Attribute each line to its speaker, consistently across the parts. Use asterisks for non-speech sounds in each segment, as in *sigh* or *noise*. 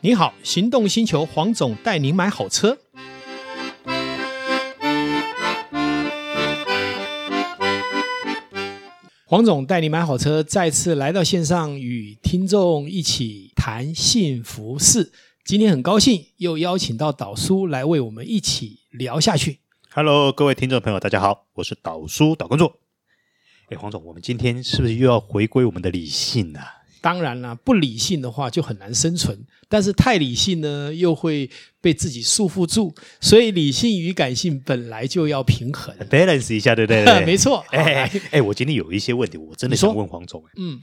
Speaker 1: 你好，行动星球黄总带您买好车。黄总带你买好车，再次来到线上与听众一起谈幸福事。今天很高兴又邀请到导叔来为我们一起聊下去。
Speaker 2: Hello，各位听众朋友，大家好，我是导叔导工作。哎，黄总，我们今天是不是又要回归我们的理性啊？
Speaker 1: 当然啦，不理性的话就很难生存，但是太理性呢，又会被自己束缚住。所以理性与感性本来就要平衡。
Speaker 2: 嗯 balance 一下，对不 *laughs* 对？
Speaker 1: *laughs* 没错
Speaker 2: 哎
Speaker 1: 好
Speaker 2: 哎
Speaker 1: 来
Speaker 2: 哎，我今天有一些问题，我真的
Speaker 1: 你说
Speaker 2: 想问黄总。哎
Speaker 1: 嗯，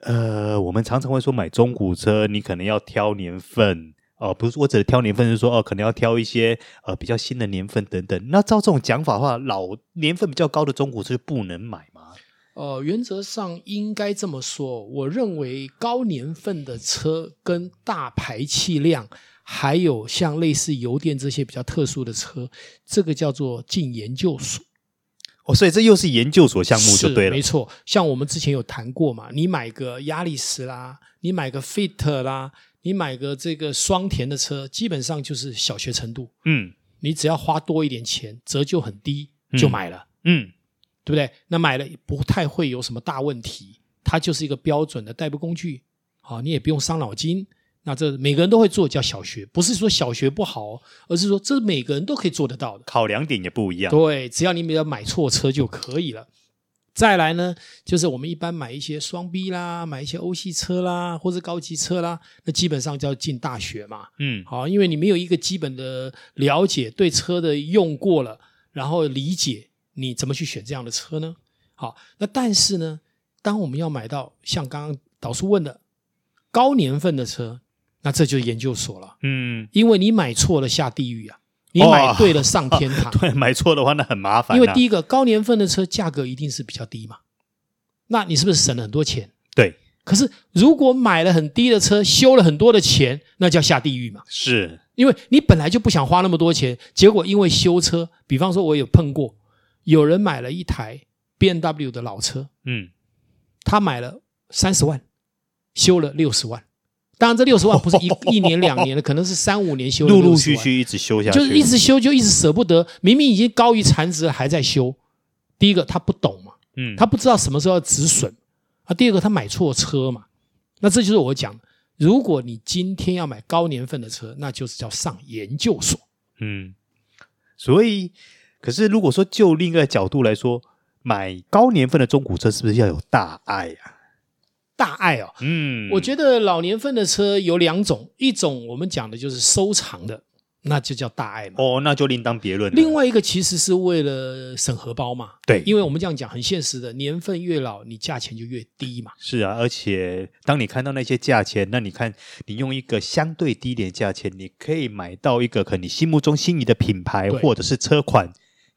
Speaker 2: 呃，我们常常会说买中古车，你可能要挑年份哦，不是我指的挑年份是说哦，可能要挑一些呃比较新的年份等等。那照这种讲法的话，老年份比较高的中古车就不能买吗？
Speaker 1: 呃，原则上应该这么说。我认为高年份的车跟大排气量，还有像类似油电这些比较特殊的车，这个叫做进研究所。
Speaker 2: 哦，所以这又是研究所项目就是对了
Speaker 1: 没。错。像我们之前有谈过嘛，你买个亚力士啦，你买个 Fit 啦，你买个这个双田的车，基本上就是小学程度，
Speaker 2: 嗯
Speaker 1: 你只要花多一点钱，折旧很低就
Speaker 2: 嗯
Speaker 1: 买了，
Speaker 2: 嗯，
Speaker 1: 对不对？那买了也不太会有什么大问题，它就是一个标准的代步工具，好、你也不用伤脑筋。那这每个人都会做，叫小学，不是说小学不好哦，而是说这每个人都可以做得到的。
Speaker 2: 考量点也不一样。
Speaker 1: 对，只要你没有买错车就可以了。再来呢，就是我们一般买一些双 B 啦，买一些欧系车啦，或是高级车啦，那基本上就要进大学嘛。
Speaker 2: 嗯，
Speaker 1: 好，因为你没有一个基本的了解，对车的用过了，然后理解你怎么去选这样的车呢？好，那但是呢，当我们要买到像刚刚导叔问的高年份的车，那这就是研究所了，
Speaker 2: 嗯，
Speaker 1: 因为你买错了下地狱啊，你
Speaker 2: 哦
Speaker 1: 买对了上天堂。
Speaker 2: *laughs* 对，买错的话那很麻烦、啊。
Speaker 1: 因为第一个高年份的车价格一定是比较低嘛，那你是不是省了很多钱？
Speaker 2: 对
Speaker 1: 可是如果买了很低的车，修了很多的钱，那叫下地狱嘛。
Speaker 2: 是，
Speaker 1: 因为你本来就不想花那么多钱，结果因为修车，比方说我有碰过，有人买了一台 B N W 的老车，
Speaker 2: 嗯，
Speaker 1: 他买了三十万，修了六十万。当然，这六十万不是一一年两年的，可能是三五年修了
Speaker 2: 陆陆
Speaker 1: 60
Speaker 2: 续
Speaker 1: 万
Speaker 2: 续一直修下去，
Speaker 1: 就是一直修就一直舍不得，明明已经高于残值了还在修。第一个他不懂嘛，
Speaker 2: 嗯，
Speaker 1: 他不知道什么时候要止损啊。第二个他买错车嘛，那这就是我讲的，如果你今天要买高年份的车，那就是叫上研究所。
Speaker 2: 嗯，所以，可是如果说就另一个角度来说，买高年份的中古车是不是要有大爱啊？
Speaker 1: 大爱哦，
Speaker 2: 嗯
Speaker 1: 我觉
Speaker 2: 得
Speaker 1: 得老年份的车有两种，一种我们讲的就是收藏的，那就叫大爱嘛。
Speaker 2: 哦，那就另当别论了。
Speaker 1: 另外一个其实是为了省荷包嘛，
Speaker 2: 对，
Speaker 1: 因为我们这样讲很现实的，年份越老，你价钱就越低嘛。
Speaker 2: 是啊，而且当你看到那些价钱，那你看你用一个相对低廉价钱，你可以买到一个可能你心目中心仪的品牌
Speaker 1: 对
Speaker 2: 或者是车款，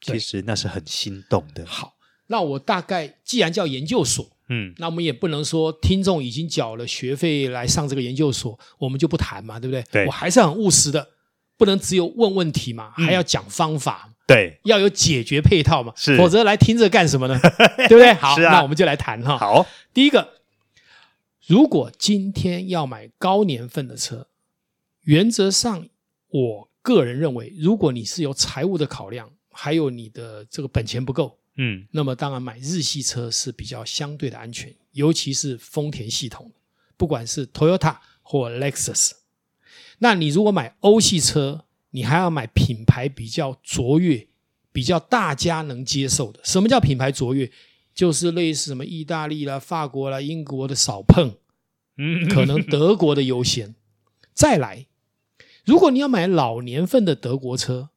Speaker 1: 对
Speaker 2: 其实那是很心动的。
Speaker 1: 好，那我大概既然叫研究所，
Speaker 2: 嗯，
Speaker 1: 那我们也不能说听众已经缴了学费来上这个研究所，我们就不谈嘛，对不对？
Speaker 2: 对嗯
Speaker 1: 我还是很务实的，不能只有问问题嘛，还要讲方法。
Speaker 2: 对，
Speaker 1: 要有解决配套嘛，
Speaker 2: 是
Speaker 1: 否则来听这干什么
Speaker 2: *laughs*
Speaker 1: 呢？对不对？好，
Speaker 2: 是啊
Speaker 1: 那我们就来谈哈。
Speaker 2: 好，
Speaker 1: 第一个，如果今天要买高年份的车，原则上我个人认为，如果你是有财务的考量，还有你的这个本钱不够，
Speaker 2: 嗯
Speaker 1: 那么当然买日系车是比较相对的安全，尤其是丰田系统，不管是 Toyota 或 Lexus。那你如果买欧系车，你还要买品牌比较卓越、比较大家能接受的。什么叫品牌卓越？就是类似什么意大利啦、法国啦、英国的少碰，
Speaker 2: 嗯，
Speaker 1: 可能德国的优先。再来，如果你要买老年份的德国车，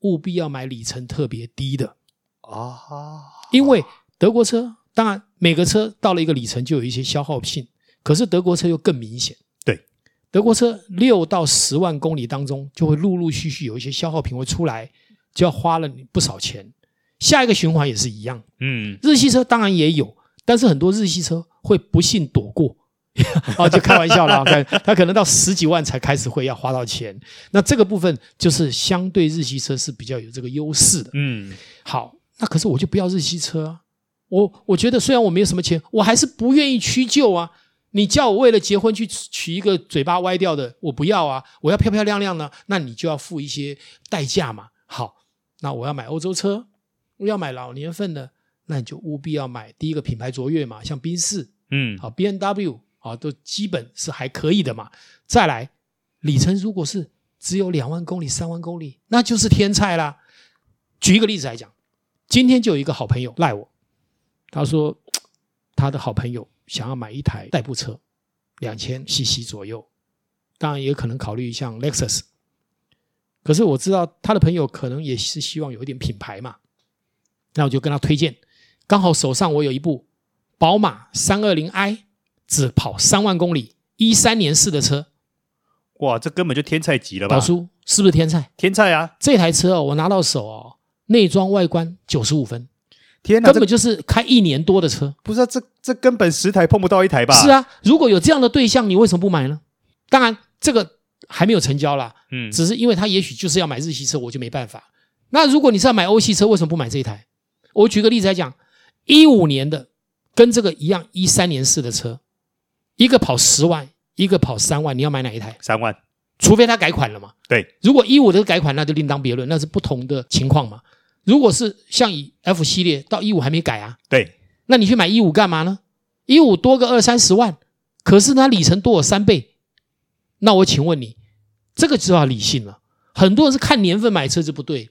Speaker 1: 务必要买里程特别低的。
Speaker 2: 啊，
Speaker 1: 因为德国车，当然每个车到了一个里程就有一些消耗性，可是德国车又更明显。
Speaker 2: 对，
Speaker 1: 德国车六到十万公里当中，就会陆陆续续有一些消耗品会出来，就要花了你不少钱。下一个循环也是一样，
Speaker 2: 嗯，
Speaker 1: 日系车当然也有，但是很多日系车会不幸躲过。 *laughs* 啊，就开玩笑了，看他可能到十几万才开始会要花到钱，那这个部分就是相对日系车是比较有这个优势的。
Speaker 2: 嗯，
Speaker 1: 好，那可是我就不要日系车啊。我我觉得虽然我没有什么钱，我还是不愿意屈就啊。你叫我为了结婚去娶一个嘴巴歪掉的，我不要啊！我要漂漂亮亮呢，那你就要付一些代价嘛。好，那我要买欧洲车，我要买老年份的，那你就务必要买第一个品牌卓越嘛，像宾士
Speaker 2: 嗯，
Speaker 1: 啊、B N W 啊，都基本是还可以的嘛。再来，里程如果是只有两万公里、三万公里，那就是天菜啦。举一个例子来讲，今天就有一个好朋友赖我，他说嘖他的好朋友想要买一台代步车，两千 CC 左右，当然也可能考虑像 Lexus。可是我知道他的朋友可能也是希望有一点品牌嘛，那我就跟他推荐，刚好手上我有一部宝马三二零 i，只跑三万公里，一三年式的车，
Speaker 2: 哇，这根本就天菜级了吧
Speaker 1: 导？叔是不是天菜？
Speaker 2: 天菜啊！
Speaker 1: 这台车哦，我拿到手哦，内装外观九十五分，
Speaker 2: 天哪，
Speaker 1: 根
Speaker 2: 这
Speaker 1: 本就是开一年多的车。
Speaker 2: 不是、啊、这这根本十台碰不到一台吧？
Speaker 1: 是，啊，如果有这样的对象，你为什么不买呢？当然，这个还没有成交啦，
Speaker 2: 嗯，
Speaker 1: 只是因为他也许就是要买日系车，我就没办法。那如果你是要买欧系车，为什么不买这一台？我举个例子来讲，一五年的跟这个一样，一三年式的车，一个跑十万，一个跑三万，你要买哪一台？
Speaker 2: 三万，
Speaker 1: 除非他改款了嘛。
Speaker 2: 对，
Speaker 1: 如果一五的改款，那就另当别论，那是不同的情况嘛。如果是像以 F 系列到一五还没改啊，
Speaker 2: 对，
Speaker 1: 那你去买一五干嘛呢？一五多个二三十万，可是它里程多我三倍，那我请问你，这个就要理性了。很多人是看年份买车就不对，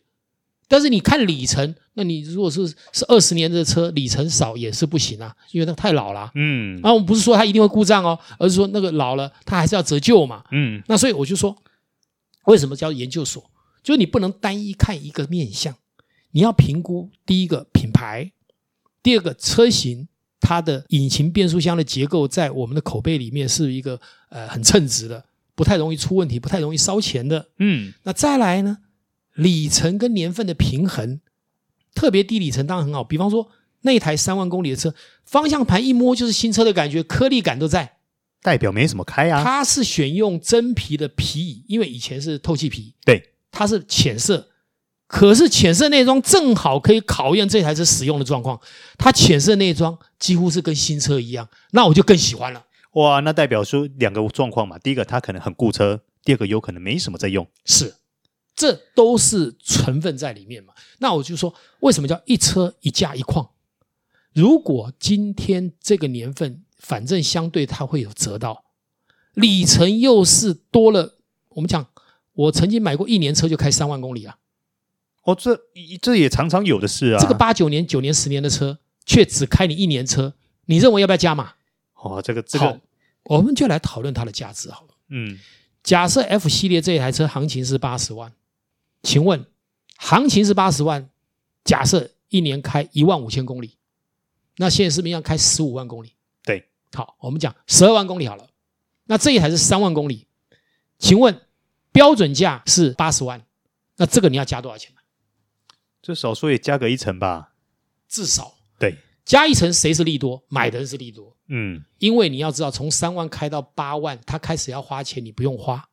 Speaker 1: 但是你看里程，那你如果是是二十年的车，里程少也是不行啊，因为它太老了啊。
Speaker 2: 嗯
Speaker 1: 啊，我们不是说它一定会故障哦，而是说那个老了，它还是要折旧嘛。
Speaker 2: 嗯，
Speaker 1: 那所以我就说，为什么叫研究所？就是你不能单一看一个面相，你要评估第一个品牌，第二个车型，它的引擎变速箱的结构在我们的口碑里面是一个呃很称职的，不太容易出问题，不太容易烧钱的。
Speaker 2: 嗯，
Speaker 1: 那再来呢，里程跟年份的平衡，特别低里程当然很好。比方说那一台三万公里的车，方向盘一摸就是新车的感觉，颗粒感都在。
Speaker 2: 代表没什么开啊，
Speaker 1: 它是选用真皮的皮椅，因为以前是透气皮，
Speaker 2: 对，
Speaker 1: 它是浅色，可是浅色内装正好可以考验这台车使用的状况。它浅色内装几乎是跟新车一样，那我就更喜欢了。
Speaker 2: 哇，那代表说两个状况嘛，第一个他可能很顾车，第二个有可能没什么在用，
Speaker 1: 是，这都是成分在里面嘛。那我就说，为什么叫一车一价一况？如果今天这个年份，反正相对它会有折到，里程又是多了。我们讲，我曾经买过一年车就开三万公里啊，
Speaker 2: 哦，这这也常常有的事啊，
Speaker 1: 这个八九年、九年、十年的车，却只开你一年车，你认为要不要加码？
Speaker 2: 哦，这个这
Speaker 1: 好
Speaker 2: 个，
Speaker 1: 我们就来讨论它的价值好了。
Speaker 2: 嗯，
Speaker 1: 假设 F 系列这一台车行情是八十万，请问行情是八十万，假设一年开一万五千公里，那现在市面上开十五万公里，
Speaker 2: 对，
Speaker 1: 好，我们讲十二万公里好了。那这一台是三万公里，请问标准价是八十万，那这个你要加多少钱买？
Speaker 2: 这少说也加个一层吧，
Speaker 1: 至少
Speaker 2: 对，
Speaker 1: 加一层，谁是利多？买的人是利多。
Speaker 2: 嗯，
Speaker 1: 因为你要知道，从三万开到八万，他开始要花钱，你不用花。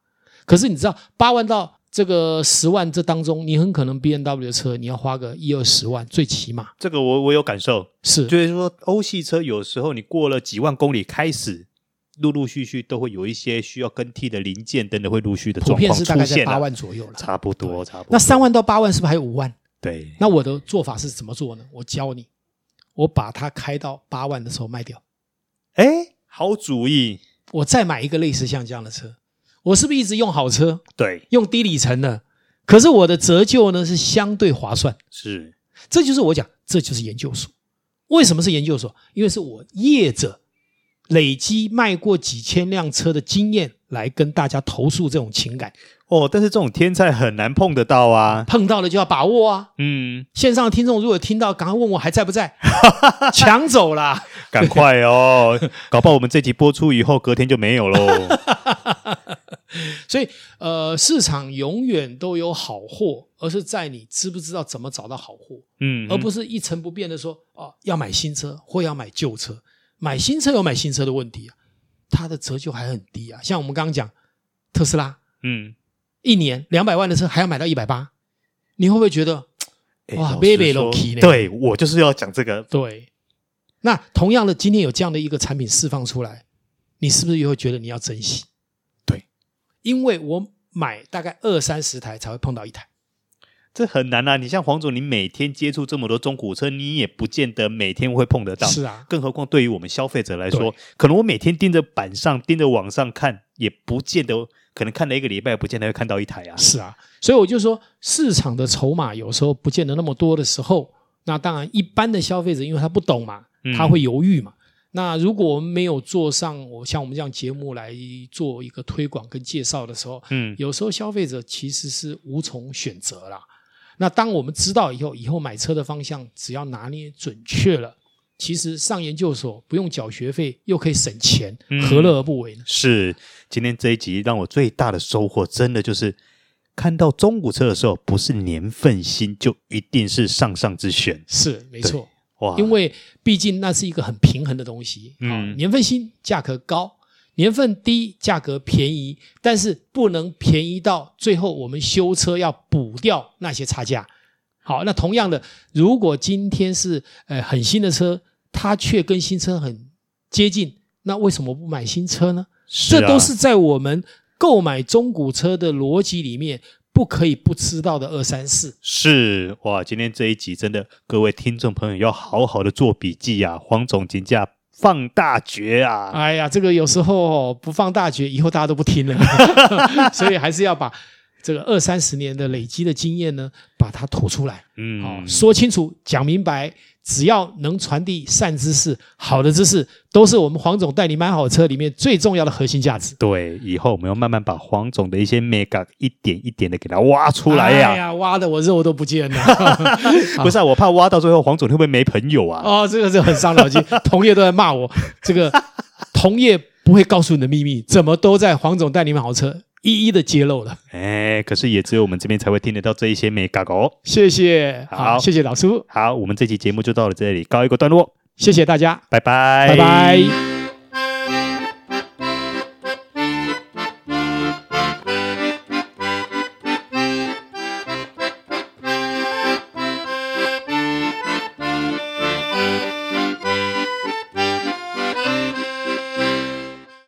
Speaker 1: 可是你知道，八万到这个十万这当中，你很可能 B N W 的车你要花个一二十万，最起码
Speaker 2: 这个我我有感受，
Speaker 1: 是
Speaker 2: 就是说，欧系车有时候你过了几万公里开始，陆陆续续都会有一些需要更替的零件等等，会陆续的
Speaker 1: 普
Speaker 2: 状
Speaker 1: 遍
Speaker 2: 况
Speaker 1: 是大概
Speaker 2: 出
Speaker 1: 在
Speaker 2: 现、
Speaker 1: 八
Speaker 2: 啊。
Speaker 1: 万左右了。
Speaker 2: 差不多，差不多。
Speaker 1: 那三万到八万是不是还有五万？
Speaker 2: 对，
Speaker 1: 那我的做法是怎么做呢？我教你，我把它开到八万的时候卖掉，
Speaker 2: 哎，好主意。
Speaker 1: 我再买一个类似像这样的车。我是不是一直用好车，
Speaker 2: 对，
Speaker 1: 用低里程的？可是我的折旧呢是相对划算。
Speaker 2: 是，
Speaker 1: 这就是我讲，这就是研究所。为什么是研究所？因为是我业者累积卖过几千辆车的经验来跟大家投诉这种情感，
Speaker 2: 哦，但是这种天才很难碰得到啊。
Speaker 1: 碰到了就要把握啊！
Speaker 2: 嗯，
Speaker 1: 线上的听众如果听到，赶快问我还在不在，抢走啦！
Speaker 2: 赶快
Speaker 1: *laughs*
Speaker 2: 哦，搞不好我们这集播出以后，隔天就没有喽。
Speaker 1: 所以，呃，市场永远都有好货，而是在你知不知道怎么找到好货，
Speaker 2: 嗯，
Speaker 1: 而不是一成不变的说哦要买新车或要买旧车。买新车有买新车的问题啊，它的折旧还很低啊。像我们刚刚讲特斯拉，
Speaker 2: 嗯，
Speaker 1: 一年两百万的车还要买到一百八，你会不会觉得
Speaker 2: 诶
Speaker 1: 哇
Speaker 2: 老实
Speaker 1: 贝贝
Speaker 2: 说
Speaker 1: 都起呢
Speaker 2: 嗯对我就是要讲这个。
Speaker 1: 对？那同样的，今天有这样的一个产品释放出来，你是不是又会觉得你要珍惜？
Speaker 2: 对，
Speaker 1: 因为我买大概二三十台才会碰到一台。
Speaker 2: 这很难啊！你像黄总，你每天接触这么多中古车，你也不见得每天会碰得到。
Speaker 1: 是啊，
Speaker 2: 更何况对于我们消费者来说
Speaker 1: 对，
Speaker 2: 可能我每天盯着板上、盯着网上看，也不见得，可能看了一个礼拜，不见得会看到一台啊。
Speaker 1: 是啊，所以我就说，市场的筹码有时候不见得那么多的时候，那当然一般的消费者，因为他不懂嘛，
Speaker 2: 嗯
Speaker 1: 他会犹豫嘛。那如果我们没有做上我像我们这样节目来做一个推广跟介绍的时候，
Speaker 2: 嗯，
Speaker 1: 有时候消费者其实是无从选择啦。那当我们知道以后，以后买车的方向只要拿捏准确了，其实上研究所不用缴学费，又可以省钱
Speaker 2: 嗯，
Speaker 1: 何乐而不为呢？
Speaker 2: 是。今天这一集让我最大的收获，真的就是看到中古车的时候，不是年份新，就一定是上上之选。
Speaker 1: 是没错。
Speaker 2: 哇，
Speaker 1: 因为毕竟那是一个很平衡的东西啊、
Speaker 2: 嗯
Speaker 1: 年份新价格高，年份低价格便宜，但是不能便宜到最后我们修车要补掉那些差价。好，那同样的，如果今天是呃很新的车，它却跟新车很接近，那为什么不买新车呢？
Speaker 2: 是啊
Speaker 1: 这都是在我们购买中古车的逻辑里面不可以不知道的二三四。
Speaker 2: 是哇，今天这一集真的，各位听众朋友要好好的做笔记啊，黄总评价放大决啊，
Speaker 1: 哎呀，这个有时候哦不放大决，以后大家都不
Speaker 2: *laughs*
Speaker 1: 听了， *laughs* 所以还是要把这个二三十年的累积的经验呢，把它吐出来，
Speaker 2: 嗯，
Speaker 1: 哦，说清楚，讲明白。只要能传递善知识、好的知识，都是我们黄总带你买好车里面最重要的核心价值。
Speaker 2: 对，以后我们要慢慢把黄总的一些 mega 一点一点的给它挖出来
Speaker 1: 哎
Speaker 2: 呀、
Speaker 1: 呀，挖的我肉都不见了。 *laughs*
Speaker 2: 不是、啊，我怕挖到最后黄总会不会没朋友啊？
Speaker 1: 哦，这个是很伤脑筋，同业都在骂我。这个同业不会告诉你的秘密，怎么都在黄总带你买好车一一的揭露了。
Speaker 2: 哎，可是也只有我们这边才会听得到这一些 mega 哦。
Speaker 1: 谢谢，
Speaker 2: 好
Speaker 1: 谢谢老叔，
Speaker 2: 好，我们这期节目就到了这里，告一个段落，
Speaker 1: 谢谢大家，
Speaker 2: 拜拜，
Speaker 1: 拜拜